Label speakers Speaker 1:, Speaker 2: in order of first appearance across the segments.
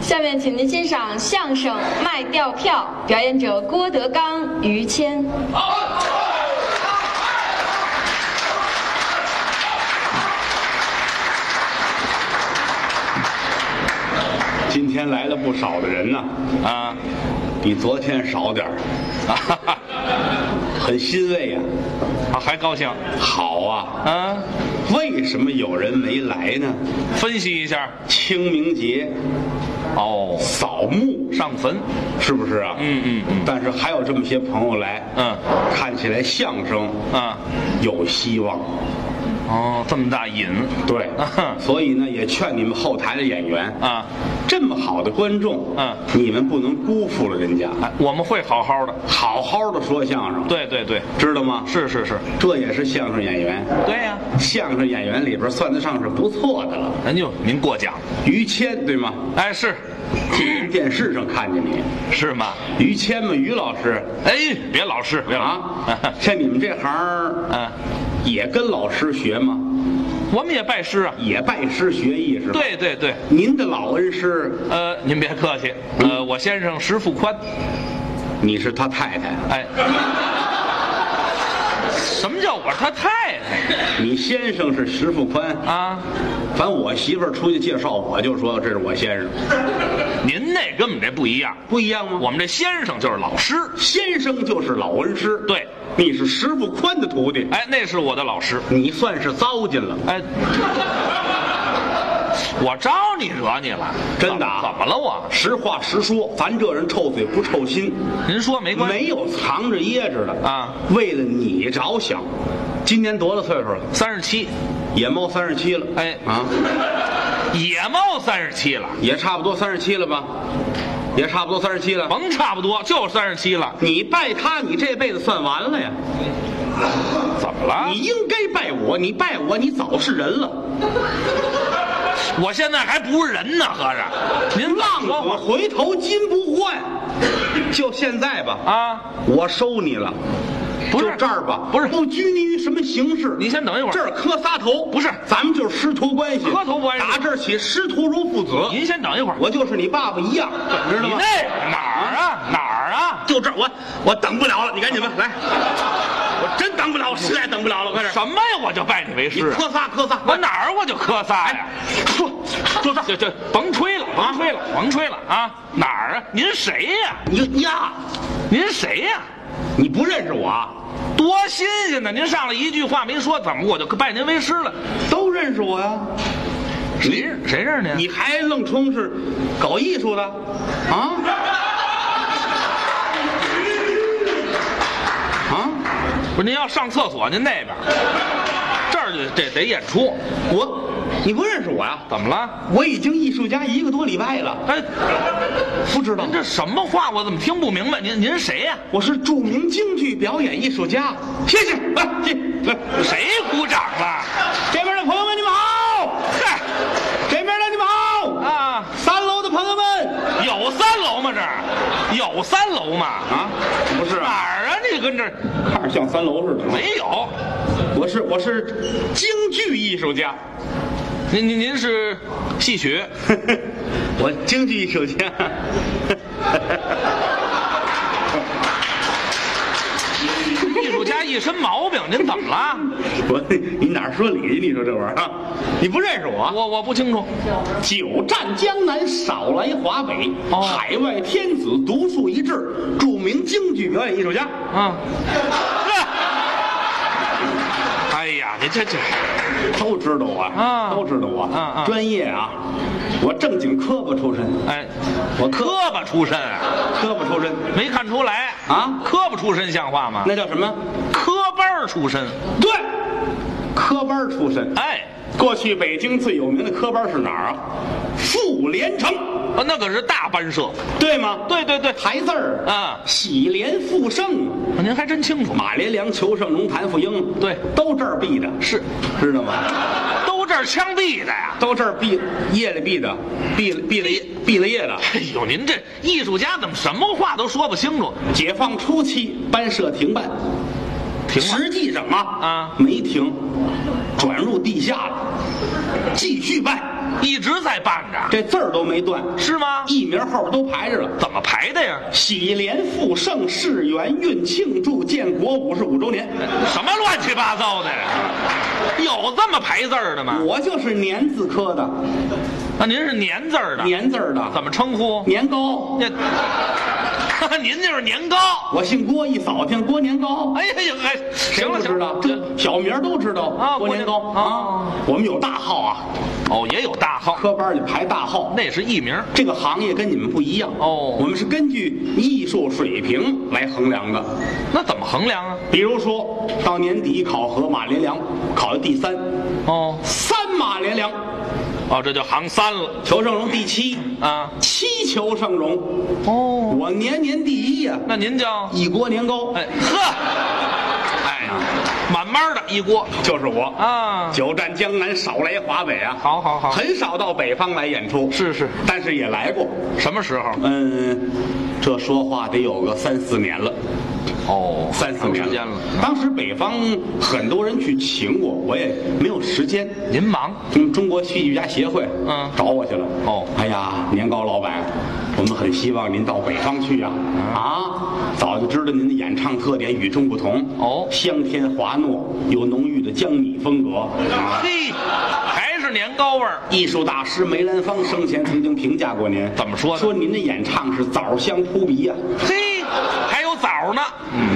Speaker 1: 下面请您欣赏相声《卖掉票》，表演者郭德纲、于谦。
Speaker 2: 今天来了不少的人呢，
Speaker 3: 啊
Speaker 2: 比昨天少点儿，
Speaker 3: 啊哈哈，
Speaker 2: 很欣慰啊。
Speaker 3: 啊还高兴，
Speaker 2: 好啊，
Speaker 3: 啊，
Speaker 2: 为什么有人没来呢？
Speaker 3: 分析一下，
Speaker 2: 清明节
Speaker 3: 哦，
Speaker 2: 扫墓
Speaker 3: 上坟，
Speaker 2: 是不是啊？
Speaker 3: 嗯嗯嗯
Speaker 2: 但是还有这么些朋友来，
Speaker 3: 嗯，
Speaker 2: 看起来相声
Speaker 3: 啊，
Speaker 2: 有希望。
Speaker 3: 哦，这么大瘾
Speaker 2: 对
Speaker 3: 啊哈，
Speaker 2: 所以呢，也劝你们后台的演员，
Speaker 3: 啊，
Speaker 2: 这么好的观众，
Speaker 3: 嗯
Speaker 2: 你们不能辜负了人家，
Speaker 3: 哎，我们会好好的，
Speaker 2: 好好的说相声，，
Speaker 3: 对对对，
Speaker 2: 知道吗？
Speaker 3: 是是是，
Speaker 2: 这也是相声演员，
Speaker 3: 对呀、
Speaker 2: 相声演员里边算得上是不错的了。
Speaker 3: 人就您过奖，
Speaker 2: 于谦对吗？
Speaker 3: 哎是，
Speaker 2: 电视上看见你，
Speaker 3: 是吗？
Speaker 2: 于谦嘛，于老师
Speaker 3: 哎，别老师，别老师
Speaker 2: 啊，像你们这行儿，
Speaker 3: 啊，
Speaker 2: 也跟老师学吗？
Speaker 3: 我们也拜师啊，
Speaker 2: 也拜师学艺是吧？，
Speaker 3: 对对对，
Speaker 2: 您的老恩师，
Speaker 3: 呃，您别客气，呃，我先生石富宽，
Speaker 2: 你是他太太，
Speaker 3: 哎，什么叫我他太太
Speaker 2: 你先生是石富宽
Speaker 3: 呀啊？
Speaker 2: 反正我媳妇儿出去介绍我就说这是我先生，
Speaker 3: 您那跟我们这不一样，
Speaker 2: 不一样吗？
Speaker 3: 我们这先生就是老师，
Speaker 2: 先生就是老恩师，
Speaker 3: 对，
Speaker 2: 你是石富宽的徒弟，
Speaker 3: 哎，那是我的老师，
Speaker 2: 你算是糟践了。
Speaker 3: 哎，我招你惹你了？
Speaker 2: 真的啊
Speaker 3: 怎么了我？
Speaker 2: 实话实说，咱这人臭嘴不臭心，
Speaker 3: 您说没关系，
Speaker 2: 没有藏着掖着的
Speaker 3: 啊。
Speaker 2: 为了你着想，今年多大岁数了？
Speaker 3: 三十七，
Speaker 2: 野猫三十七了，
Speaker 3: 哎
Speaker 2: 啊，
Speaker 3: 野猫三十七了，
Speaker 2: 也差不多三十七了吧，也差不多三十七了。
Speaker 3: 甭差不多就三十七了，
Speaker 2: 你拜他，你这辈子算完了呀！
Speaker 3: 怎么了
Speaker 2: 你？应该拜我，你拜我，你早是人了。
Speaker 3: 我现在还不是人呢，合着您
Speaker 2: 浪
Speaker 3: 说
Speaker 2: 子
Speaker 3: 我
Speaker 2: 回头金不换，就现在吧，
Speaker 3: 啊？
Speaker 2: 我收你了。
Speaker 3: 不是
Speaker 2: 就这儿吧，
Speaker 3: 不是
Speaker 2: 不拘泥于什么形式。
Speaker 3: 你先等一会儿
Speaker 2: 这儿磕仨头，
Speaker 3: 不是
Speaker 2: 咱们就是师徒关系，
Speaker 3: 磕头不碍事
Speaker 2: 打这儿起师徒如父子。
Speaker 3: 您先等一会儿，
Speaker 2: 我就是你爸爸一样，知道
Speaker 3: 你
Speaker 2: 吗？
Speaker 3: 那哪儿啊？哪儿啊？
Speaker 2: 就这儿，我我等不了了，你赶紧吧，来，我真等不了，我实在等不了了，快点
Speaker 3: 什么呀？我就拜你为
Speaker 2: 你
Speaker 3: 师啊！
Speaker 2: 磕仨磕仨，
Speaker 3: 我哪儿我就磕仨呀？
Speaker 2: 说说哎这
Speaker 3: 就就甭吹了，甭吹了，甭吹了啊！哪儿啊？您谁呀、
Speaker 2: 你呀，
Speaker 3: 您谁呀、
Speaker 2: 你不认识我啊？
Speaker 3: 多新鲜呢！您上来一句话没说，怎么我就拜您为师了？
Speaker 2: 都认识我呀。
Speaker 3: 谁认谁认识您？
Speaker 2: 你还愣充是搞艺术的啊？啊！
Speaker 3: 不是您要上厕所，您那边，这儿就这得演出，
Speaker 2: 我，你不认识我呀？
Speaker 3: 怎么了？
Speaker 2: 我已经艺术家一个多礼拜了，
Speaker 3: 哎，
Speaker 2: 不知道
Speaker 3: 您。这什么话？我怎么听不明白？您您谁呀、
Speaker 2: 我是著名京剧表演艺术家，谢啊谢。来，进来，
Speaker 3: 谁鼓掌了？
Speaker 2: 这边的朋友们你们好，
Speaker 3: 嗨
Speaker 2: 这边的你们好，
Speaker 3: 啊，
Speaker 2: 三楼的朋友们
Speaker 3: 有三楼吗？这儿有三楼吗？
Speaker 2: 啊，不是啊，
Speaker 3: 哪儿啊？你跟这儿
Speaker 2: 看着像三楼似的。
Speaker 3: 没有？
Speaker 2: 我是我是京剧艺术家，
Speaker 3: 您您您是戏曲？
Speaker 2: 我京剧艺术家。
Speaker 3: 艺术家一身毛病，您怎么 了？
Speaker 2: 我你哪儿说理去？你说这玩意儿啊，你不认识我？
Speaker 3: 我我不清楚。
Speaker 2: 久战江南，少来华北，
Speaker 3: 哦
Speaker 2: 海外天子独树一帜，著名京剧表演艺术家。
Speaker 3: 啊， 哎呀，你这这
Speaker 2: 都知道我
Speaker 3: 啊
Speaker 2: 都知道我，
Speaker 3: 啊啊
Speaker 2: 专业啊，我正经科巴出身，
Speaker 3: 哎，
Speaker 2: 我科
Speaker 3: 磕巴出身啊，
Speaker 2: 科巴出身，
Speaker 3: 没看出来
Speaker 2: 啊
Speaker 3: 磕巴出身像话吗？
Speaker 2: 那叫什么？
Speaker 3: 科班儿出身，
Speaker 2: 对，科班出身。
Speaker 3: 哎，
Speaker 2: 过去北京最有名的科班是哪儿啊？傅连城，
Speaker 3: 啊那可是大班社。
Speaker 2: 对吗？
Speaker 3: 对对对，
Speaker 2: 台字儿
Speaker 3: 啊
Speaker 2: 喜连复胜啊，
Speaker 3: 您还真清楚，
Speaker 2: 马连良、裘盛戎、谭富英，
Speaker 3: 对
Speaker 2: 都这儿毕的，
Speaker 3: 是
Speaker 2: 知道吗？
Speaker 3: 都这儿枪毙的呀。
Speaker 2: 都这儿毕业里毕的，毕了毕了业毕了业的。
Speaker 3: 哎呦，您这艺术家怎么什么话都说不清楚？
Speaker 2: 解放初期，班社停办，
Speaker 3: 停了
Speaker 2: 实际上啊
Speaker 3: 啊
Speaker 2: 没停，转入地下了，继续办。
Speaker 3: 一直在办着，
Speaker 2: 这字儿都没断，
Speaker 3: 是吗？
Speaker 2: 艺名后边都排着了。
Speaker 3: 怎么排的呀？
Speaker 2: 喜连复盛世元运庆祝建国五十五周年，
Speaker 3: 什么乱七八糟的呀？有这么排字儿的吗？
Speaker 2: 我就是年字科的，
Speaker 3: 那您是年字儿的，
Speaker 2: 年字儿的，
Speaker 3: 怎么称呼？
Speaker 2: 年糕。
Speaker 3: 这 您就是年糕。
Speaker 2: 我姓郭，一扫听郭年糕。
Speaker 3: 哎呀呀，哎，
Speaker 2: 谁
Speaker 3: 行
Speaker 2: 不
Speaker 3: 了行
Speaker 2: 知道
Speaker 3: 了，，
Speaker 2: 这小名儿都知道
Speaker 3: 啊
Speaker 2: 郭年糕
Speaker 3: 郭年啊，
Speaker 2: 我们有大号啊，
Speaker 3: 哦，也有大号，
Speaker 2: 科班里排大号。
Speaker 3: 那是艺名。
Speaker 2: 这个行业跟你们不一样
Speaker 3: 哦
Speaker 2: 我们是根据艺术水平来衡量的。
Speaker 3: 那怎么衡量啊？
Speaker 2: 比如说到年底考核马连良，考的第三，
Speaker 3: 哦，
Speaker 2: 三马连良，
Speaker 3: 哦，这就行三了
Speaker 2: 裘盛戎第七，
Speaker 3: 啊。
Speaker 2: 七裘盛戎，
Speaker 3: 哦，
Speaker 2: 我年年第一呀、
Speaker 3: 那您叫
Speaker 2: 一锅年糕，
Speaker 3: 哎呵，哎，慢慢的一锅
Speaker 2: 就是我。
Speaker 3: 啊。
Speaker 2: 久战江南，少来华北啊，
Speaker 3: 好好好
Speaker 2: 很少到北方来演出，
Speaker 3: 是是，
Speaker 2: 但是也来过。
Speaker 3: 什么时候？
Speaker 2: 嗯，这说话得有个三四年了，
Speaker 3: 哦，
Speaker 2: 三四
Speaker 3: 长
Speaker 2: 年
Speaker 3: 时间了。
Speaker 2: 当时北方很多人去请我，我也没有时间。
Speaker 3: 您忙
Speaker 2: 中中国戏剧家协会，
Speaker 3: 嗯
Speaker 2: 找我去了。
Speaker 3: 哦
Speaker 2: 哎呀，年糕老板，我们很希望您到北方去呀、
Speaker 3: 嗯
Speaker 2: 啊。早就知道您的演唱特点与众不同。
Speaker 3: 哦
Speaker 2: 香甜滑糯，有浓郁的江米风格。啊
Speaker 3: 嘿，还是年糕味儿。
Speaker 2: 艺术大师梅兰芳生前曾经评价过您，
Speaker 3: 怎么说呢
Speaker 2: 说您的演唱是枣香扑鼻呀、
Speaker 3: 嘿，还有枣呢，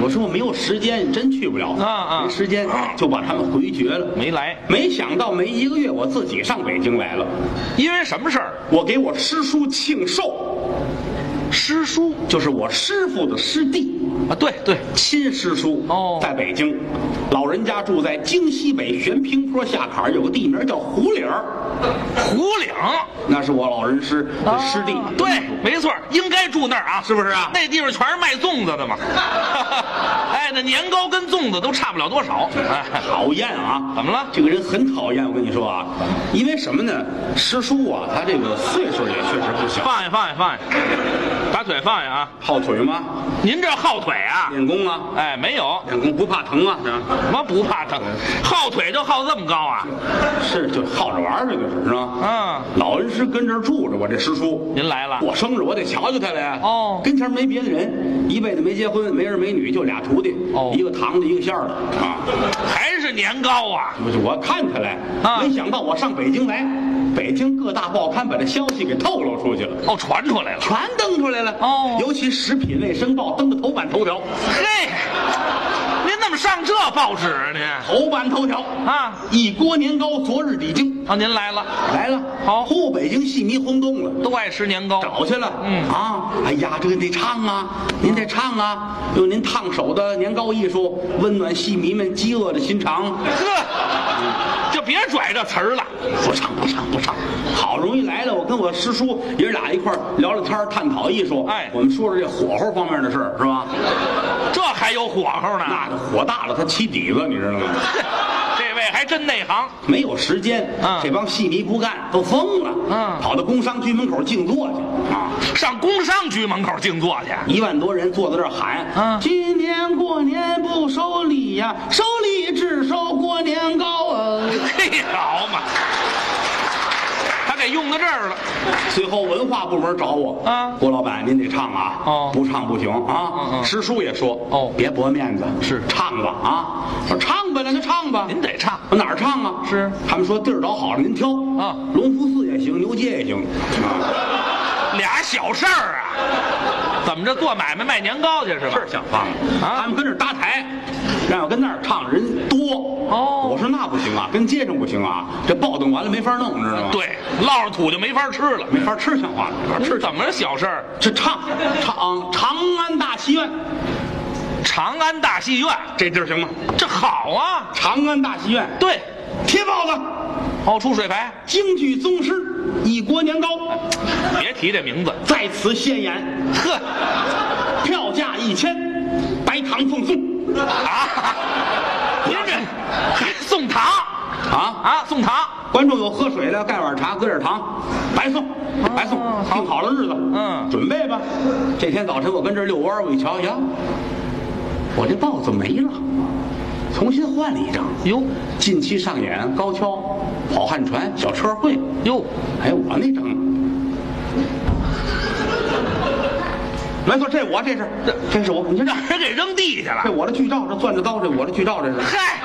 Speaker 2: 我说我没有时间，真去不了。
Speaker 3: 嗯啊啊
Speaker 2: 没时间就把他们回绝了。
Speaker 3: 没来，
Speaker 2: 没想到没一个月，我自己上北京来了。
Speaker 3: 因为什么事儿？
Speaker 2: 我给我师叔庆寿，
Speaker 3: 师叔
Speaker 2: 就是我师傅的师弟，
Speaker 3: 啊，对对，
Speaker 2: 亲师叔
Speaker 3: 哦
Speaker 2: 在北京，老人家住在京西北悬平坡下坎儿，有个地名叫胡岭儿，
Speaker 3: 胡岭，嗯
Speaker 2: 那是我老人师的师弟。
Speaker 3: 对，没错，应该住那儿啊，
Speaker 2: 是不是啊
Speaker 3: 那地方全是卖粽子的 嘛，哎，那年糕跟粽子都差不了多少。哎，
Speaker 2: 讨厌啊！
Speaker 3: 怎么了
Speaker 2: 这个人很讨厌，我跟你说啊，因为什么呢？师叔啊，他这个岁数也确实不小，
Speaker 3: 放下放下放下，把腿放下啊！
Speaker 2: 好腿吗？
Speaker 3: 您这后腿啊，
Speaker 2: 练功啊，
Speaker 3: 哎，没有
Speaker 2: 练功不怕疼啊？
Speaker 3: 什么不怕疼，后腿就好这么高啊？
Speaker 2: 是，就好着玩儿，这就是是吧？
Speaker 3: 嗯，
Speaker 2: 老恩师跟这儿住着，我这师叔，
Speaker 3: 您来了，
Speaker 2: 过生日我得瞧瞧他来呀。
Speaker 3: 哦
Speaker 2: 跟前没别的人，一辈子没结婚，没儿没女，就俩徒弟，
Speaker 3: 哦
Speaker 2: 一个堂的，一个馅儿的啊。
Speaker 3: 还是年糕啊？
Speaker 2: 我就我看他来，
Speaker 3: 啊
Speaker 2: 没想到我上北京来，北京各大报刊把这消息给透露出去了。
Speaker 3: 哦，传出来了。
Speaker 2: 全登出来了
Speaker 3: 哦
Speaker 2: 尤其《食品卫生报》登的头版头条，
Speaker 3: 嘿，您怎么上这报纸啊您？
Speaker 2: 头版头条
Speaker 3: 啊
Speaker 2: 一锅年糕昨日抵京
Speaker 3: 啊，您来了，
Speaker 2: 来了，
Speaker 3: 好
Speaker 2: 呼北京戏迷轰动了。
Speaker 3: 都爱吃年糕。
Speaker 2: 找去了，
Speaker 3: 嗯
Speaker 2: 啊，哎呀，这个得唱啊，您得唱啊，用您烫手的年糕艺术温暖戏迷们饥饿的心肠。
Speaker 3: 呵，就别拽这词儿了。
Speaker 2: 不唱不唱不唱，好容易来了，我跟我师叔爷俩一块儿聊聊天儿探讨艺术。
Speaker 3: 哎
Speaker 2: 我们说说这火候方面的事儿，是吧？
Speaker 3: 这还有火候呢，
Speaker 2: 那个火大了，它起底子，你知道吗？
Speaker 3: 这位还真内行。
Speaker 2: 没有时间，
Speaker 3: 嗯
Speaker 2: 这帮戏迷不干，都疯了，
Speaker 3: 嗯
Speaker 2: 跑到工商局门口静坐去啊，
Speaker 3: 上工商局门口静坐去，
Speaker 2: 一万多人坐在这儿喊，
Speaker 3: 嗯
Speaker 2: 今年过年不收礼呀、收礼只收过年糕 啊。
Speaker 3: 嘿，好嘛，他给用到这儿了。
Speaker 2: 随后文化部门找我，
Speaker 3: 啊
Speaker 2: 郭老板您得唱啊，
Speaker 3: 哦
Speaker 2: 不唱不行啊。
Speaker 3: 嗯嗯
Speaker 2: 师叔也说，
Speaker 3: 哦
Speaker 2: 别驳面子，
Speaker 3: 是
Speaker 2: 唱吧啊，我说唱吧，那就唱吧。
Speaker 3: 您得唱，
Speaker 2: 我哪儿唱啊？
Speaker 3: 是
Speaker 2: 他们说地儿找好了，您挑
Speaker 3: 啊
Speaker 2: 隆福寺也行，牛街也 行。啊
Speaker 3: 俩小事儿啊，怎么着做买卖卖年糕去是吧？
Speaker 2: 是想放
Speaker 3: 啊
Speaker 2: 他们跟这儿搭台，让我跟那儿唱人多。
Speaker 3: 哦
Speaker 2: 我说那不行啊，跟街上不行啊，这暴动完了没法弄，你知道吗？，
Speaker 3: 对，落上土就没法吃了。
Speaker 2: 没法吃像话了。没法
Speaker 3: 这
Speaker 2: 吃
Speaker 3: 怎么着小事儿？
Speaker 2: 这唱唱长安大戏院，
Speaker 3: 长安大戏院，
Speaker 2: 这地儿行吗？
Speaker 3: 这好啊。
Speaker 2: 长安大戏院，
Speaker 3: 对，
Speaker 2: 贴报子，
Speaker 3: 哦，出水牌，
Speaker 2: 京剧宗师一锅年糕
Speaker 3: 别提这名字。
Speaker 2: 在此现演，
Speaker 3: 呵，
Speaker 2: 票价一千，白糖奉送
Speaker 3: 啊，您这还送糖
Speaker 2: 啊！
Speaker 3: 啊？送糖，
Speaker 2: 观众有喝水的，盖碗茶，搁点糖，白送，白送，定哦好了日子，
Speaker 3: 嗯
Speaker 2: 准备吧。哎这天早晨我跟这儿遛弯儿，我一瞧，呀，我这豹子没了，重新换了一张。
Speaker 3: 哟
Speaker 2: 近期上演高跷、跑旱船、小车会。
Speaker 3: 哟，
Speaker 2: 哎，我那张，没错，这我这是这这是我，你看这
Speaker 3: 让人给扔地下
Speaker 2: 这
Speaker 3: 了。
Speaker 2: 我的剧照，这攥着刀，这我的剧照，这是
Speaker 3: 嗨，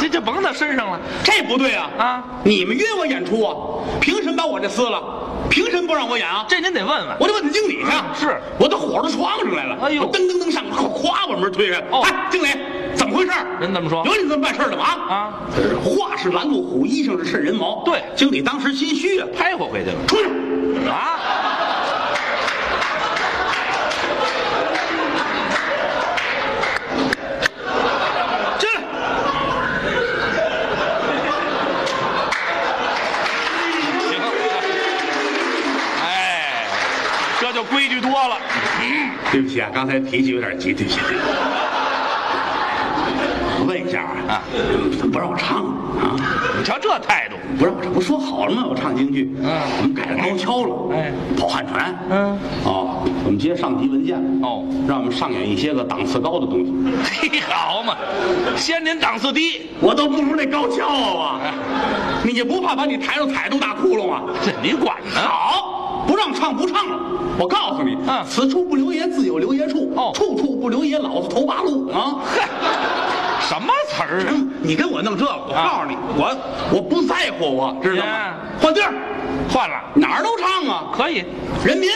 Speaker 3: 这这甭在身上了
Speaker 2: 这不对啊！
Speaker 3: 啊！
Speaker 2: 你们约我演出啊，凭什么把我这撕了？凭什么不让我演啊？
Speaker 3: 这您得问问。
Speaker 2: 我得问问经理去。啊
Speaker 3: 是
Speaker 2: 我都火都撞上来了。
Speaker 3: 哎呦
Speaker 2: 我噔噔噔上门口，咵把门推开。
Speaker 3: 哦
Speaker 2: 哎，经理，怎么回事？
Speaker 3: 人怎么说
Speaker 2: 有你这么办事儿的吗？
Speaker 3: 啊
Speaker 2: 呃话是拦路虎，衣裳是趁人毛。
Speaker 3: 对
Speaker 2: 经理当时心虚啊，
Speaker 3: 拍我回去了
Speaker 2: 出去。
Speaker 3: 啊！
Speaker 2: 进来，
Speaker 3: 行，哎，这就规矩多了。
Speaker 2: 对不起啊，刚才脾气有点急，对不起。 对不起我问一下
Speaker 3: 啊，
Speaker 2: 怎么不让我唱啊？
Speaker 3: 你瞧这态度，
Speaker 2: 不让我唱，不说好了吗？我唱京剧，
Speaker 3: 嗯
Speaker 2: 我们改了高跷了，
Speaker 3: 哎，
Speaker 2: 跑旱船，
Speaker 3: 嗯，
Speaker 2: 哦，我们接着上级文件
Speaker 3: 哦
Speaker 2: 让我们上演一些个档次高的东西。
Speaker 3: 嘿，好嘛，先您档次低，
Speaker 2: 我都不如那高跷啊！你就不怕把你抬上踩出大窟窿啊？
Speaker 3: 这您管呢？
Speaker 2: 好，不让唱不唱了。我告诉你，
Speaker 3: 嗯
Speaker 2: 此处不留爷，自有留爷处。
Speaker 3: 哦
Speaker 2: 处处不留爷，老子头八路啊！
Speaker 3: 什么词儿啊？
Speaker 2: 嗯你跟我弄这个，我告诉你，我我不在乎，我知道吗？
Speaker 3: 啊
Speaker 2: 换地儿，
Speaker 3: 换了，
Speaker 2: 哪儿都唱啊！
Speaker 3: 可以，
Speaker 2: 人民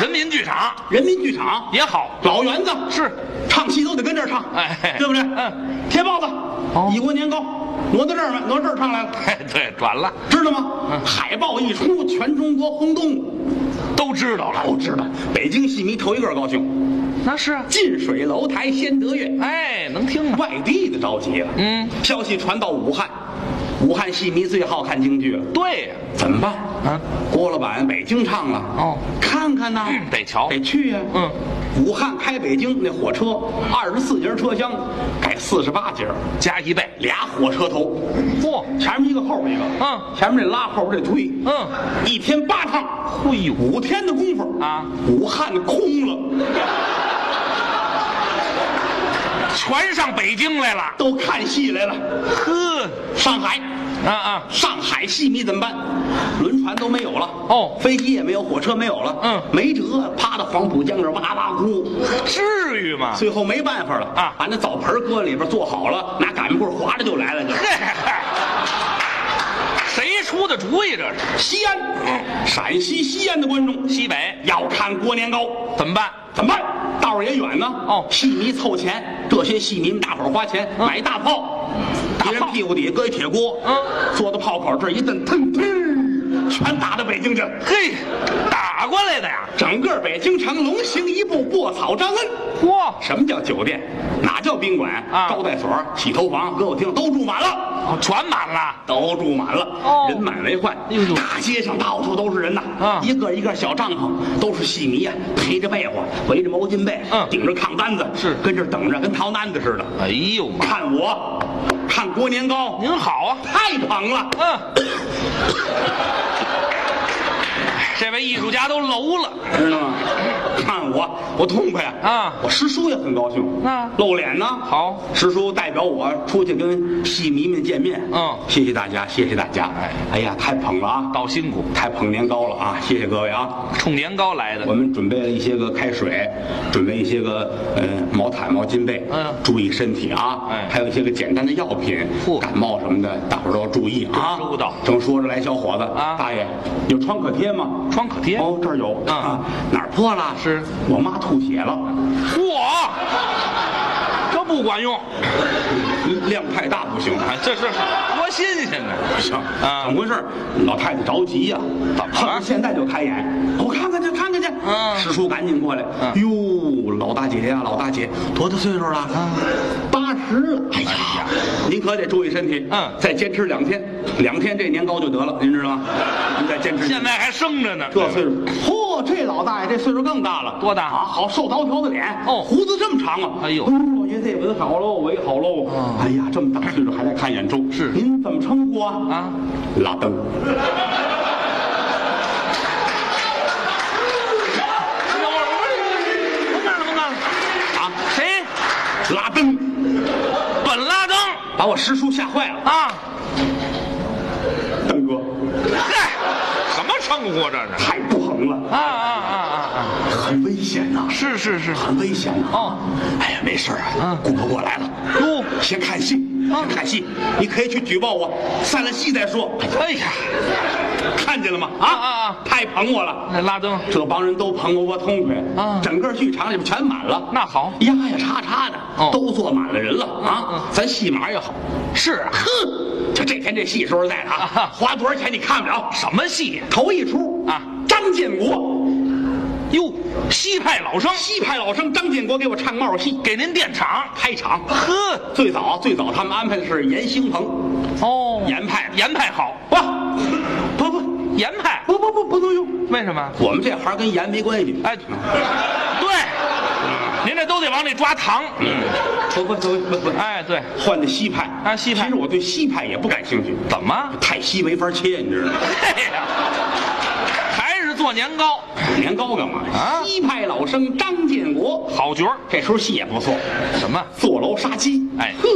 Speaker 3: 人民剧场
Speaker 2: 人民剧场，
Speaker 3: 也好，
Speaker 2: 老园子
Speaker 3: 是
Speaker 2: 唱戏都得跟这儿唱，
Speaker 3: 哎
Speaker 2: 对不对？
Speaker 3: 嗯，
Speaker 2: 铁包子，
Speaker 3: 哦
Speaker 2: 一锅年糕，挪到这儿来，挪到这儿唱来了。
Speaker 3: 哎， 对，转了，
Speaker 2: 知道
Speaker 3: 嗯
Speaker 2: 吗？海报一出，全中国轰动。
Speaker 3: 都知道了，
Speaker 2: 哦，知道，北京戏迷头一个高兴。
Speaker 3: 那是啊，
Speaker 2: 近水楼台先得月，
Speaker 3: 哎，能听啊，
Speaker 2: 外地的着急了。
Speaker 3: 嗯，
Speaker 2: 消息传到武汉，武汉戏迷最好看京剧了，
Speaker 3: 对呀，
Speaker 2: 怎么办？
Speaker 3: 啊，
Speaker 2: 郭老板北京唱了，
Speaker 3: 哦，
Speaker 2: 看看呐，
Speaker 3: 得瞧
Speaker 2: 得去呀、
Speaker 3: 嗯，
Speaker 2: 武汉开北京那火车，二十四节车厢改四十八节，
Speaker 3: 加一倍，
Speaker 2: 俩火车头，
Speaker 3: 嚯，
Speaker 2: 前面一个，后面一个。
Speaker 3: 嗯
Speaker 2: 前面这拉，后边这推。
Speaker 3: 嗯，
Speaker 2: 一天八趟，
Speaker 3: 嘿哎呦，
Speaker 2: 五天的功夫
Speaker 3: 啊，
Speaker 2: 武汉空了，
Speaker 3: 全上北京来了，
Speaker 2: 都看戏来了。
Speaker 3: 呵，
Speaker 2: 上海，
Speaker 3: 啊啊，
Speaker 2: 上海戏迷怎么办？轮船都没有了，
Speaker 3: 哦
Speaker 2: 飞机也没有，火车没有了，
Speaker 3: 嗯
Speaker 2: 没辙，趴到黄浦江这儿哇哇哭，
Speaker 3: 至于吗？
Speaker 2: 啊最后没办法了
Speaker 3: 啊
Speaker 2: 把那澡盆搁里边做好了，拿擀面棍划着就来了，就
Speaker 3: 嘿嗨谁出的主意这是？
Speaker 2: 西安，陕西西安的观众
Speaker 3: 哎西北
Speaker 2: 要看郭年糕，
Speaker 3: 怎么办？
Speaker 2: 怎么办？道儿也远呢。
Speaker 3: 哦
Speaker 2: 戏迷凑钱，这些戏迷们大伙儿花钱、买一大炮，一人屁股底下搁一铁锅，
Speaker 3: 嗯，
Speaker 2: 坐到炮口这儿一顿腾腾，全打到北京去。
Speaker 3: 嘿，打过来的呀！
Speaker 2: 整个北京城龙行一步，卧草张恩。
Speaker 3: 嚯，
Speaker 2: 什么叫酒店？哪叫宾馆
Speaker 3: 啊
Speaker 2: 招待所、洗头房、歌舞厅都住满了。
Speaker 3: 哦，全满了，
Speaker 2: 都住满了，
Speaker 3: 哦
Speaker 2: 人满为患。
Speaker 3: 哎呦呦
Speaker 2: 大街上到处都是人呐，
Speaker 3: 啊
Speaker 2: 一个一个小帐篷都是戏迷呀、披着被窝，围着毛巾被，
Speaker 3: 嗯
Speaker 2: 顶着炕单子，
Speaker 3: 是
Speaker 2: 跟这儿等着，跟逃难的似的。
Speaker 3: 哎呦妈！
Speaker 2: 看我，看郭年糕，
Speaker 3: 您好啊，
Speaker 2: 太捧了。
Speaker 3: 嗯，这位艺术家都楼了，
Speaker 2: 知道吗？看我，我痛快
Speaker 3: 啊
Speaker 2: 我师叔也很高兴。
Speaker 3: 啊
Speaker 2: 露脸呢。
Speaker 3: 好
Speaker 2: 师叔代表我出去跟戏迷们见面。
Speaker 3: 嗯
Speaker 2: 谢谢大家，谢谢大家。
Speaker 3: 哎，
Speaker 2: 哎呀，太捧了啊，
Speaker 3: 倒辛苦，
Speaker 2: 太捧年糕了啊！谢谢各位啊。
Speaker 3: 冲年糕来的
Speaker 2: 我，们准备了一些个开水，准备一些个呃毛毯、毛巾被，
Speaker 3: 嗯
Speaker 2: 注意身体啊，
Speaker 3: 哎
Speaker 2: 还有一些个简单的药品
Speaker 3: 嚯，
Speaker 2: 感冒什么的，大伙儿都要注意啊。
Speaker 3: 收到
Speaker 2: 正说着来，小伙子，
Speaker 3: 啊
Speaker 2: 大爷有创可贴吗？
Speaker 3: 创可贴
Speaker 2: 哦，这儿有
Speaker 3: 嗯
Speaker 2: 啊，哪儿破了？
Speaker 3: 是
Speaker 2: 我妈吐血了，
Speaker 3: 嚯，这不管用，
Speaker 2: 量太大 不行。
Speaker 3: 哎，这是多新鲜呢！
Speaker 2: 不行
Speaker 3: 啊
Speaker 2: 怎么回事？老太太着急呀、
Speaker 3: 怎么了
Speaker 2: 恨不得现在就开演，我看看去，看看去。
Speaker 3: 嗯
Speaker 2: 师叔赶紧过来。
Speaker 3: 嗯
Speaker 2: 哟，老大姐呀、老大姐，多大岁数了？
Speaker 3: 啊
Speaker 2: 八十了。哎呀，您可得注意身体。
Speaker 3: 嗯
Speaker 2: 再坚持两天，两天这年糕就得了，您知道吗？您再坚持。
Speaker 3: 现在还生着呢，
Speaker 2: 这岁数，嚯、这老大爷这岁数更大了，
Speaker 3: 多大
Speaker 2: 啊？好，瘦刀条子脸，
Speaker 3: 哦
Speaker 2: 胡子这么长啊！
Speaker 3: 哎呦啊
Speaker 2: 老爷子也纹好喽，围好喽。哎呀，这么大岁数还来看演出，
Speaker 3: 是
Speaker 2: 您怎么称呼啊？
Speaker 3: 啊，
Speaker 2: 拉登。
Speaker 3: 等会儿，不干了，不干了，
Speaker 2: 啊，
Speaker 3: 谁？
Speaker 2: 拉登，
Speaker 3: 本拉
Speaker 2: 把我师叔吓坏了。
Speaker 3: 啊，
Speaker 2: 大哥，
Speaker 3: 嗨，什么称呼啊这是？
Speaker 2: 太不横了，
Speaker 3: 啊啊啊啊啊！
Speaker 2: 很危险呐、
Speaker 3: 是是是，
Speaker 2: 很危险呐、
Speaker 3: 哦
Speaker 2: 哎呀，没事儿啊
Speaker 3: 嗯，
Speaker 2: 顾伯过来了，
Speaker 3: 哟，
Speaker 2: 先看戏，先看戏，你可以去举报我，散了戏再说。
Speaker 3: 哎呀，
Speaker 2: 看见了吗？
Speaker 3: 啊啊啊嗯
Speaker 2: 太捧我了，
Speaker 3: 那拉登，
Speaker 2: 这帮人都捧我，我痛快
Speaker 3: 啊
Speaker 2: 整个剧场里边全满了，
Speaker 3: 那好
Speaker 2: 呀呀叉叉的，
Speaker 3: 哦
Speaker 2: 都坐满了人了
Speaker 3: 嗯
Speaker 2: 啊！咱戏码也好，
Speaker 3: 是啊，
Speaker 2: 哼，就这天这戏说实在的啊
Speaker 3: 啊，
Speaker 2: 花多少钱你看不了。
Speaker 3: 什么戏呀？
Speaker 2: 头一出
Speaker 3: 啊，
Speaker 2: 张建国，
Speaker 3: 哟，西派老生
Speaker 2: 西派老生张建国给我唱帽戏，
Speaker 3: 给您垫场，
Speaker 2: 开场。
Speaker 3: 呵，
Speaker 2: 最早最早他们安排的是严兴鹏，
Speaker 3: 哦，
Speaker 2: 严派的
Speaker 3: 严派好，
Speaker 2: 不不不
Speaker 3: 严派
Speaker 2: 不不不不能用，
Speaker 3: 为什么？
Speaker 2: 我们这行跟盐没关系。
Speaker 3: 哎，对，您这都得往里抓糖。
Speaker 2: 嗯不不不不不，
Speaker 3: 哎，对，
Speaker 2: 换的西派
Speaker 3: 啊西派
Speaker 2: 其实我对西派也不感兴趣，
Speaker 3: 怎么？
Speaker 2: 太西没法切，你知道吗？
Speaker 3: 哎呀，还是做年糕，
Speaker 2: 年糕干嘛？
Speaker 3: 啊
Speaker 2: 西派老生张建国，
Speaker 3: 好角儿。
Speaker 2: 这出戏也不错，
Speaker 3: 什么？
Speaker 2: 坐楼杀鸡。
Speaker 3: 哎
Speaker 2: 哼，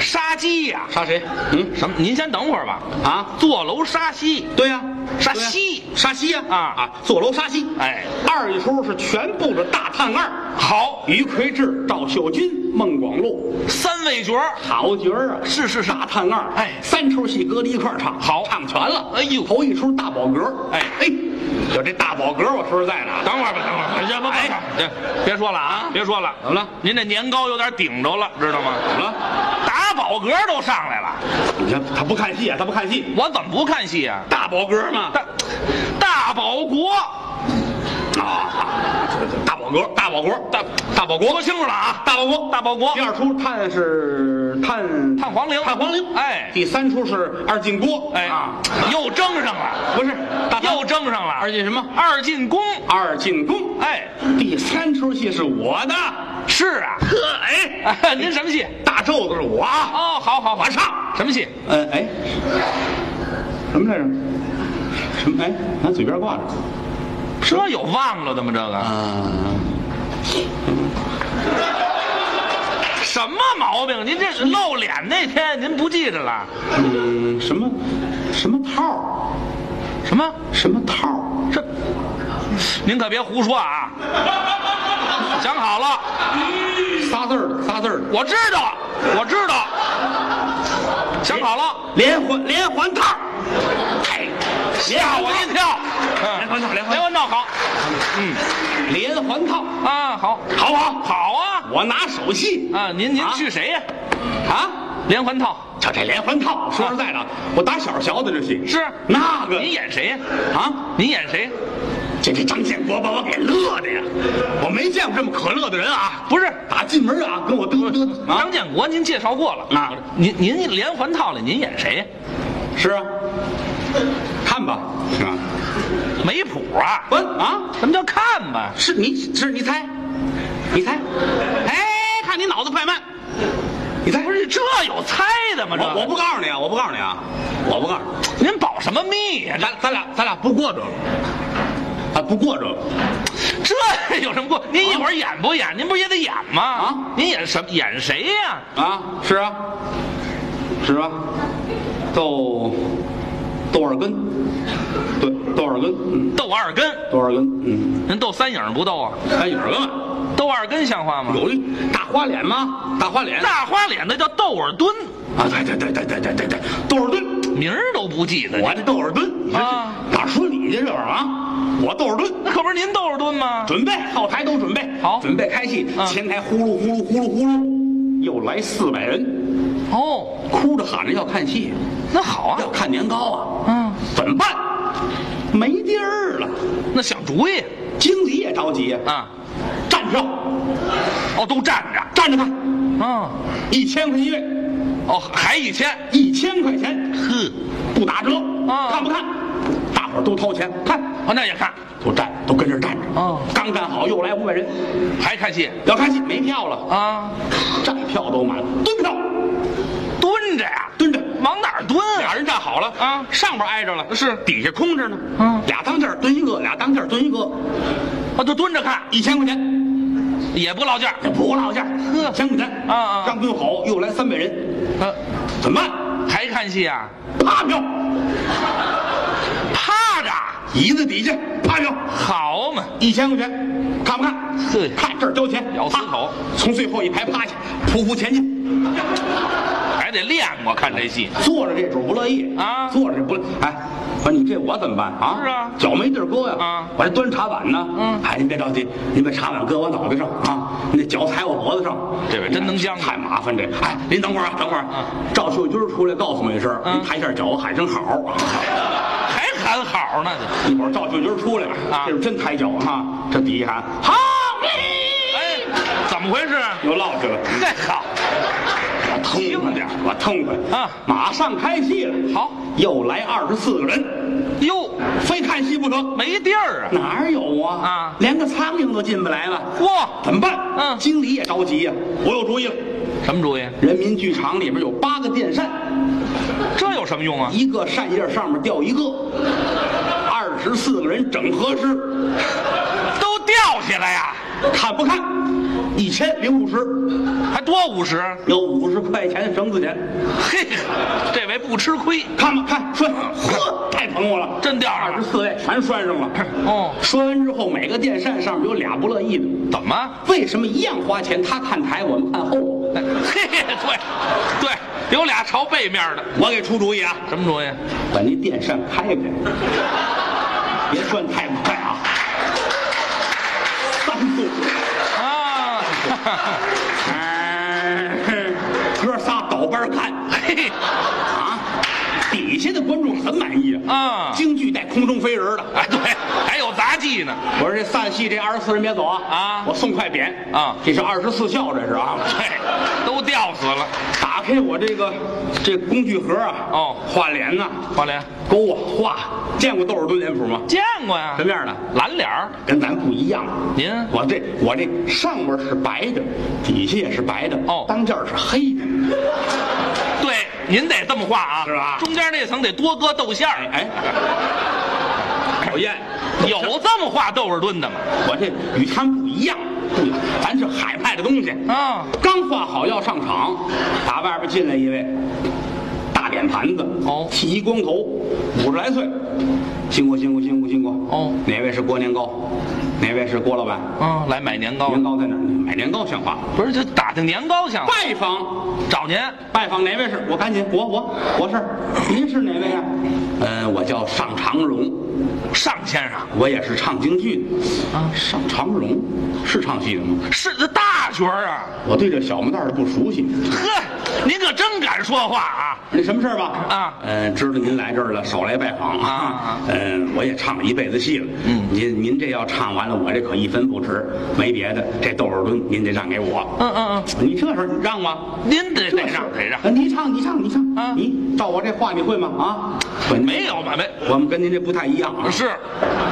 Speaker 3: 杀鸡呀、
Speaker 2: 杀谁？嗯
Speaker 3: 什么？您先等会儿吧。
Speaker 2: 啊，
Speaker 3: 坐楼杀鸡，
Speaker 2: 对呀、
Speaker 3: 杀
Speaker 2: 对呀
Speaker 3: 鸡
Speaker 2: 杀鸡呀、
Speaker 3: 啊
Speaker 2: 啊，坐楼杀鸡。
Speaker 3: 哎，
Speaker 2: 二一出是全部的大探二，
Speaker 3: 好，
Speaker 2: 于魁智、赵秀君、孟广禄，
Speaker 3: 三位角儿。
Speaker 2: 好角儿啊！
Speaker 3: 是是是
Speaker 2: 大探二，
Speaker 3: 哎
Speaker 2: 三出戏搁在一块儿唱，
Speaker 3: 好
Speaker 2: 唱全了。
Speaker 3: 哎呦
Speaker 2: 头一出大宝格，
Speaker 3: 哎
Speaker 2: 哎，就这大宝格，我说实在的啊，
Speaker 3: 等会儿吧，等会儿吧。要不，哎，别别说了啊，别说了。
Speaker 2: 怎么了
Speaker 3: 您这年糕有点顶着了，知道吗？
Speaker 2: 怎么了？
Speaker 3: 打饱嗝都上来了，
Speaker 2: 你看他不看戏啊，他不看戏，
Speaker 3: 我怎么不看戏啊？
Speaker 2: 大宝格嘛，
Speaker 3: 大大保国，
Speaker 2: 啊，大宝格，大宝国，大大宝国
Speaker 3: 说，清楚了啊！大保国，大保国
Speaker 2: 第。二出探是探
Speaker 3: 探黄陵
Speaker 2: 探黄陵，
Speaker 3: 哎
Speaker 2: 第三出是二进锅，
Speaker 3: 哎
Speaker 2: 啊，，
Speaker 3: 又争上了，
Speaker 2: 不是大
Speaker 3: 又争上了。
Speaker 2: 二进什么？
Speaker 3: 二进宫，
Speaker 2: 二进宫，
Speaker 3: 哎，
Speaker 2: 第三出戏是我的，
Speaker 3: 是啊。
Speaker 2: 呵，哎，
Speaker 3: 哎您什么戏？
Speaker 2: 大咒子是我啊，
Speaker 3: 哦，好好好，
Speaker 2: 我上，
Speaker 3: 什么戏？
Speaker 2: 嗯，哎，什么来着？什么？哎，俺嘴边挂着，
Speaker 3: 这有忘了的吗？这个
Speaker 2: 啊，
Speaker 3: 什么毛病？您这露脸那天您不记着了？
Speaker 2: 嗯，什么什么套儿，
Speaker 3: 什么？
Speaker 2: 什么套儿？
Speaker 3: 这，您可别胡说啊！ 想好了，
Speaker 2: 仨字儿的，仨字儿的，
Speaker 3: 我知道，我知道，想好了，
Speaker 2: 连环连环套儿，哎，
Speaker 3: 吓我一跳！嗯
Speaker 2: 连环套连环
Speaker 3: 连环套好
Speaker 2: 连环套，
Speaker 3: 啊，好，
Speaker 2: 好不好？
Speaker 3: 好啊，
Speaker 2: 我拿手戏
Speaker 3: 啊，您您
Speaker 2: 啊
Speaker 3: 去谁呀？
Speaker 2: 啊，
Speaker 3: 连环套
Speaker 2: 瞧这连环套，说实在的，我打小学的这戏
Speaker 3: 是
Speaker 2: 那个
Speaker 3: 您演谁呀？
Speaker 2: 啊，
Speaker 3: 您演谁？
Speaker 2: 这这张建国把我给乐的呀，我没见过这么可乐的人啊！
Speaker 3: 不是
Speaker 2: 打进门啊，跟我嘚嘚啊
Speaker 3: 张，建国，您介绍过了
Speaker 2: 啊
Speaker 3: 您您连环套里您演谁？
Speaker 2: 是啊，看吧啊，
Speaker 3: 没谱啊！
Speaker 2: 不啊，
Speaker 3: 什么叫看吧？
Speaker 2: 是你是你猜，你猜，哎，看你脑子快慢，你猜
Speaker 3: 不是这有猜的吗？这
Speaker 2: 我我不告诉你啊，我不告诉你啊，我不告诉你。
Speaker 3: 您保什么密呀、
Speaker 2: 咱咱俩咱俩不过这个，啊，不过这个，
Speaker 3: 这这 有什么过？您一会儿演不演？您不也得演吗？
Speaker 2: 啊
Speaker 3: 您演什么？演谁呀、
Speaker 2: 啊，是啊，是吧？豆豆耳根，对，豆耳根，嗯，
Speaker 3: 斗二根，
Speaker 2: 豆耳根，嗯，
Speaker 3: 您斗三影不斗啊？
Speaker 2: 哎，有人问，
Speaker 3: 斗二根像话吗？
Speaker 2: 有一大花脸吗？大花脸
Speaker 3: 大花脸那叫窦尔敦，
Speaker 2: 啊，对对对对对对对对，豆耳墩，
Speaker 3: 名儿都不记得。
Speaker 2: 我这豆耳墩
Speaker 3: 啊
Speaker 2: 哪说你去这玩意儿啊？我豆耳墩。
Speaker 3: 那可不是您窦尔敦吗？
Speaker 2: 准备，后台都准备
Speaker 3: 好
Speaker 2: 准备开戏。
Speaker 3: 嗯
Speaker 2: 前台呼噜呼噜呼噜呼噜，又来四百人，
Speaker 3: 哦，
Speaker 2: 哭着喊着要看戏，
Speaker 3: 那好啊
Speaker 2: 要，看年糕啊。
Speaker 3: 嗯，
Speaker 2: 怎么办？没地儿了，
Speaker 3: 那想主意
Speaker 2: 经理也着急呀。
Speaker 3: 啊，
Speaker 2: 站票，
Speaker 3: 哦，都站着，
Speaker 2: 站着看，
Speaker 3: 嗯，
Speaker 2: 一千块一位，
Speaker 3: 哦，还一千，
Speaker 2: 一千块钱，
Speaker 3: 呵，
Speaker 2: 不打折，
Speaker 3: 啊
Speaker 2: 看不看？大伙儿都掏钱看，
Speaker 3: 哦，那也看，
Speaker 2: 都站，都跟这儿站着。
Speaker 3: 哦
Speaker 2: 刚站好又来五百人，
Speaker 3: 还看戏
Speaker 2: 要看戏没票了，
Speaker 3: 啊，
Speaker 2: 站票都满了，蹲票，
Speaker 3: 蹲着呀、
Speaker 2: 蹲着。
Speaker 3: 往哪儿蹲
Speaker 2: 俩
Speaker 3: 啊？
Speaker 2: 人站好了
Speaker 3: 啊
Speaker 2: 上边挨着了，
Speaker 3: 是
Speaker 2: 底下空着呢。
Speaker 3: 嗯
Speaker 2: 俩当间儿蹲一个，俩当间儿蹲一个，
Speaker 3: 啊，就蹲着看，
Speaker 2: 一千块钱，
Speaker 3: 也不落劲儿。
Speaker 2: 这不落价，
Speaker 3: 呵
Speaker 2: 一千块钱
Speaker 3: 啊啊
Speaker 2: 刚蹲好，又来三百人，
Speaker 3: 呃，
Speaker 2: 很慢，
Speaker 3: 还看戏啊？
Speaker 2: 啪秒，
Speaker 3: 趴着，
Speaker 2: 椅子底下啪秒，
Speaker 3: 好嘛，
Speaker 2: 一千块钱，看不看？
Speaker 3: 对
Speaker 2: 看这儿交钱，
Speaker 3: 咬死
Speaker 2: 啪
Speaker 3: 口，
Speaker 2: 从最后一排趴下，匍匐前进。
Speaker 3: 还得练过看这戏。
Speaker 2: 坐着这主不乐意
Speaker 3: 啊
Speaker 2: 坐着这不乐，哎，说你这我怎么办啊？
Speaker 3: 是啊
Speaker 2: 脚没地儿搁呀，
Speaker 3: 啊
Speaker 2: 我还端茶碗呢，
Speaker 3: 嗯
Speaker 2: 哎，您别着急，您把茶碗搁我脑袋上啊，您那脚踩我脖子上，
Speaker 3: 这位真能将就
Speaker 2: 太麻烦这个，哎，您等会儿啊，等会儿，
Speaker 3: 啊
Speaker 2: 赵秀军出来告诉我一声，
Speaker 3: 嗯
Speaker 2: 您抬一下脚，我喊声好。
Speaker 3: 还喊好呢，
Speaker 2: 一会儿赵秀军出来，
Speaker 3: 啊
Speaker 2: 这是真抬脚哈、这底下喊好，
Speaker 3: 哎，怎么回事？啊
Speaker 2: 又落 去了。
Speaker 3: 太好，
Speaker 2: 我痛快点儿，我痛快
Speaker 3: 啊
Speaker 2: 马上开戏了，
Speaker 3: 好
Speaker 2: 又来二十四个人，
Speaker 3: 哟，
Speaker 2: 非看戏不可。
Speaker 3: 没地儿啊！
Speaker 2: 哪儿有啊？
Speaker 3: 啊
Speaker 2: 连个苍蝇都进不来了，
Speaker 3: 嚯，
Speaker 2: 怎么办？
Speaker 3: 嗯
Speaker 2: 经理也着急呀、我有主意了。
Speaker 3: 什么主意？
Speaker 2: 人民剧场里边有八个电扇，
Speaker 3: 这有什么用啊？
Speaker 2: 一个扇叶上面吊一个，二十四个人整合适，
Speaker 3: 都吊起来呀、
Speaker 2: 看不看？一千零五十，
Speaker 3: 还多五十？
Speaker 2: 有五十块钱绳子钱，
Speaker 3: 嘿，这位不吃亏。
Speaker 2: 看吧，看拴，呵，太捧我了，
Speaker 3: 真吊上
Speaker 2: 二
Speaker 3: 了
Speaker 2: 十四位全拴上了。
Speaker 3: 哦，
Speaker 2: 拴完之后，每个电扇上面有俩不乐意的，
Speaker 3: 怎么？
Speaker 2: 为什么一样花钱？他看台，我们看后头。
Speaker 3: 嘿，对，对，有俩朝背面的，
Speaker 2: 我给出主意啊，
Speaker 3: 什么主意？
Speaker 2: 把那电扇开开，别转太快啊！三速，
Speaker 3: 啊，
Speaker 2: 哎，哥仨倒班看
Speaker 3: 嘿，
Speaker 2: 啊！底下的观众很满意
Speaker 3: 啊
Speaker 2: 京剧带空中飞人的。
Speaker 3: 哎，对，还有杂技呢。
Speaker 2: 我说这散戏这二十四人别走啊！
Speaker 3: 啊
Speaker 2: 我送快匾
Speaker 3: 啊
Speaker 2: 这是二十四孝，这是啊！
Speaker 3: 对，都吊死了。
Speaker 2: 打开我这个这工具盒啊，
Speaker 3: 哦
Speaker 2: 画脸呐，
Speaker 3: 花莲
Speaker 2: 勾啊画，见过豆儿墩脸谱吗？
Speaker 3: 见过呀
Speaker 2: 什，么样的？
Speaker 3: 蓝脸儿，
Speaker 2: 跟咱不一样。
Speaker 3: 您
Speaker 2: 我这我这上边是白的，底下也是白的，
Speaker 3: 哦
Speaker 2: 当间儿是黑的。
Speaker 3: 对，您得这么画啊，
Speaker 2: 是吧
Speaker 3: 中间那层得多搁豆馅儿，
Speaker 2: 哎，讨厌，
Speaker 3: 有这么画豆腐炖的吗？
Speaker 2: 哎我这与他们不一样，不一样，咱是海派的东西。
Speaker 3: 啊，
Speaker 2: 刚画好要上场，打外边进来一位，大脸盘子，
Speaker 3: 哦
Speaker 2: 剃一光头，五十来岁，辛苦辛苦辛苦辛苦。
Speaker 3: 哦
Speaker 2: 哪位是郭年糕？哪位是郭老板？
Speaker 3: 啊，来买年糕
Speaker 2: 年，糕在哪儿呢？买年糕像话。
Speaker 3: 不是就打听年糕想
Speaker 2: 拜访
Speaker 3: 找您，
Speaker 2: 拜访哪位是？我赶紧，我我我是，您是哪位啊？呃，我叫尚长荣，
Speaker 3: 尚先生
Speaker 2: 我也是唱京剧的
Speaker 3: 啊
Speaker 2: 尚长荣是唱戏的吗？
Speaker 3: 是这大角儿啊，
Speaker 2: 我对这小木蛋儿不熟悉。
Speaker 3: 呵，您可真敢说话啊！
Speaker 2: 那什么事儿吧？
Speaker 3: 啊
Speaker 2: 嗯、知道您来这儿了，少来拜访
Speaker 3: 啊啊
Speaker 2: 嗯、我也唱了一辈子戏了。
Speaker 3: 嗯
Speaker 2: 您您这要唱完了，我这可一分不值。没别的，这豆耳墩您得让给我。
Speaker 3: 嗯嗯
Speaker 2: 你这事儿你让吗？
Speaker 3: 嗯，您得得
Speaker 2: 这事儿
Speaker 3: 让得让，
Speaker 2: 呃你唱，你唱，你唱
Speaker 3: 啊
Speaker 2: 你照我这话你会吗？啊，本
Speaker 3: 没有吧没，
Speaker 2: 我们跟您这不太一样啊。
Speaker 3: 是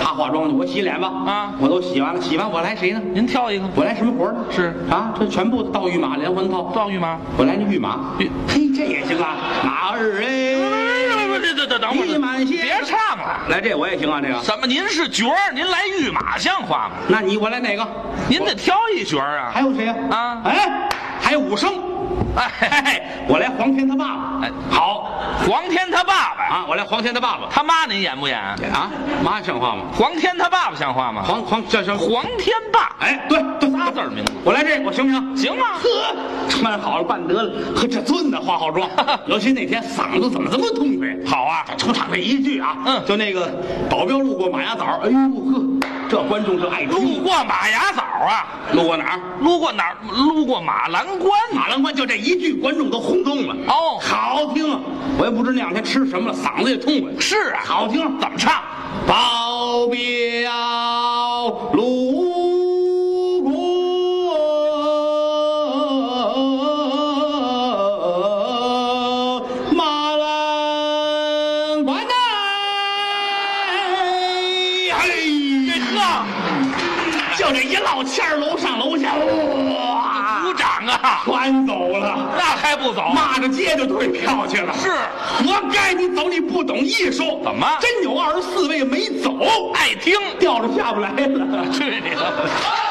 Speaker 2: 他化妆去，我洗脸吧。
Speaker 3: 啊
Speaker 2: 我都洗完了，洗完我来谁呢？
Speaker 3: 您挑一个
Speaker 2: 我来什么活呢？
Speaker 3: 是
Speaker 2: 啊，这全部倒御马连环套。
Speaker 3: 赵玉吗？
Speaker 2: 我来那御马
Speaker 3: 御，
Speaker 2: 嘿，这也行啊，马儿哎，
Speaker 3: 不不不，等会
Speaker 2: 一
Speaker 3: 儿，
Speaker 2: 满线
Speaker 3: 别唱了。
Speaker 2: 来这我也行啊，这个。
Speaker 3: 怎么？您是角儿，您来御马像话吗？
Speaker 2: 那你我来哪个？
Speaker 3: 您得挑一角儿啊！
Speaker 2: 还有谁呀？
Speaker 3: 啊
Speaker 2: 哎，还有武生，
Speaker 3: 哎，
Speaker 2: 我来黄天他爸爸。
Speaker 3: 哎
Speaker 2: 好
Speaker 3: 黄天他爸爸呀，
Speaker 2: 啊，我来黄天他爸爸。
Speaker 3: 他妈您演不演？
Speaker 2: 啊，妈像话吗？
Speaker 3: 黄天他爸爸像话吗？
Speaker 2: 黄黄叫什么？
Speaker 3: 黄天霸，
Speaker 2: 哎，对对，
Speaker 3: 仨字儿名字，
Speaker 2: 我来这个，我行不行？
Speaker 3: 行吗？
Speaker 2: 呵， 穿好了，办得了，呵，这尊的化好 妆，尤其那天嗓子怎么这么痛快？
Speaker 3: 好啊，
Speaker 2: 出场这一句啊，
Speaker 3: 嗯
Speaker 2: 就那个保镖路过马牙枣，哎呦呵，这观众是爱听
Speaker 3: 路过马牙枣啊，
Speaker 2: 路过哪儿？
Speaker 3: 路过哪儿？路过马栏关啊。
Speaker 2: 马栏关就这一句，观众都轰动了。
Speaker 3: 哦
Speaker 2: 好听啊！我也不知那两天吃什么了，嗓子也痛快。
Speaker 3: 是啊，
Speaker 2: 好听，
Speaker 3: 怎么唱？
Speaker 2: 保镖路过马栏关呐，
Speaker 3: 这
Speaker 2: 哎，
Speaker 3: 呵，
Speaker 2: 就这一落签儿楼上楼下，
Speaker 3: 鼓
Speaker 2: 哇，
Speaker 3: 掌啊，
Speaker 2: 全走了，
Speaker 3: 那还不走？
Speaker 2: 骂着街就退票去了。
Speaker 3: 是
Speaker 2: 活该你走，你不懂艺术，
Speaker 3: 怎么哎
Speaker 2: 真有二十四位没走？
Speaker 3: 爱听，
Speaker 2: 吊着下不来了。
Speaker 3: 去你的！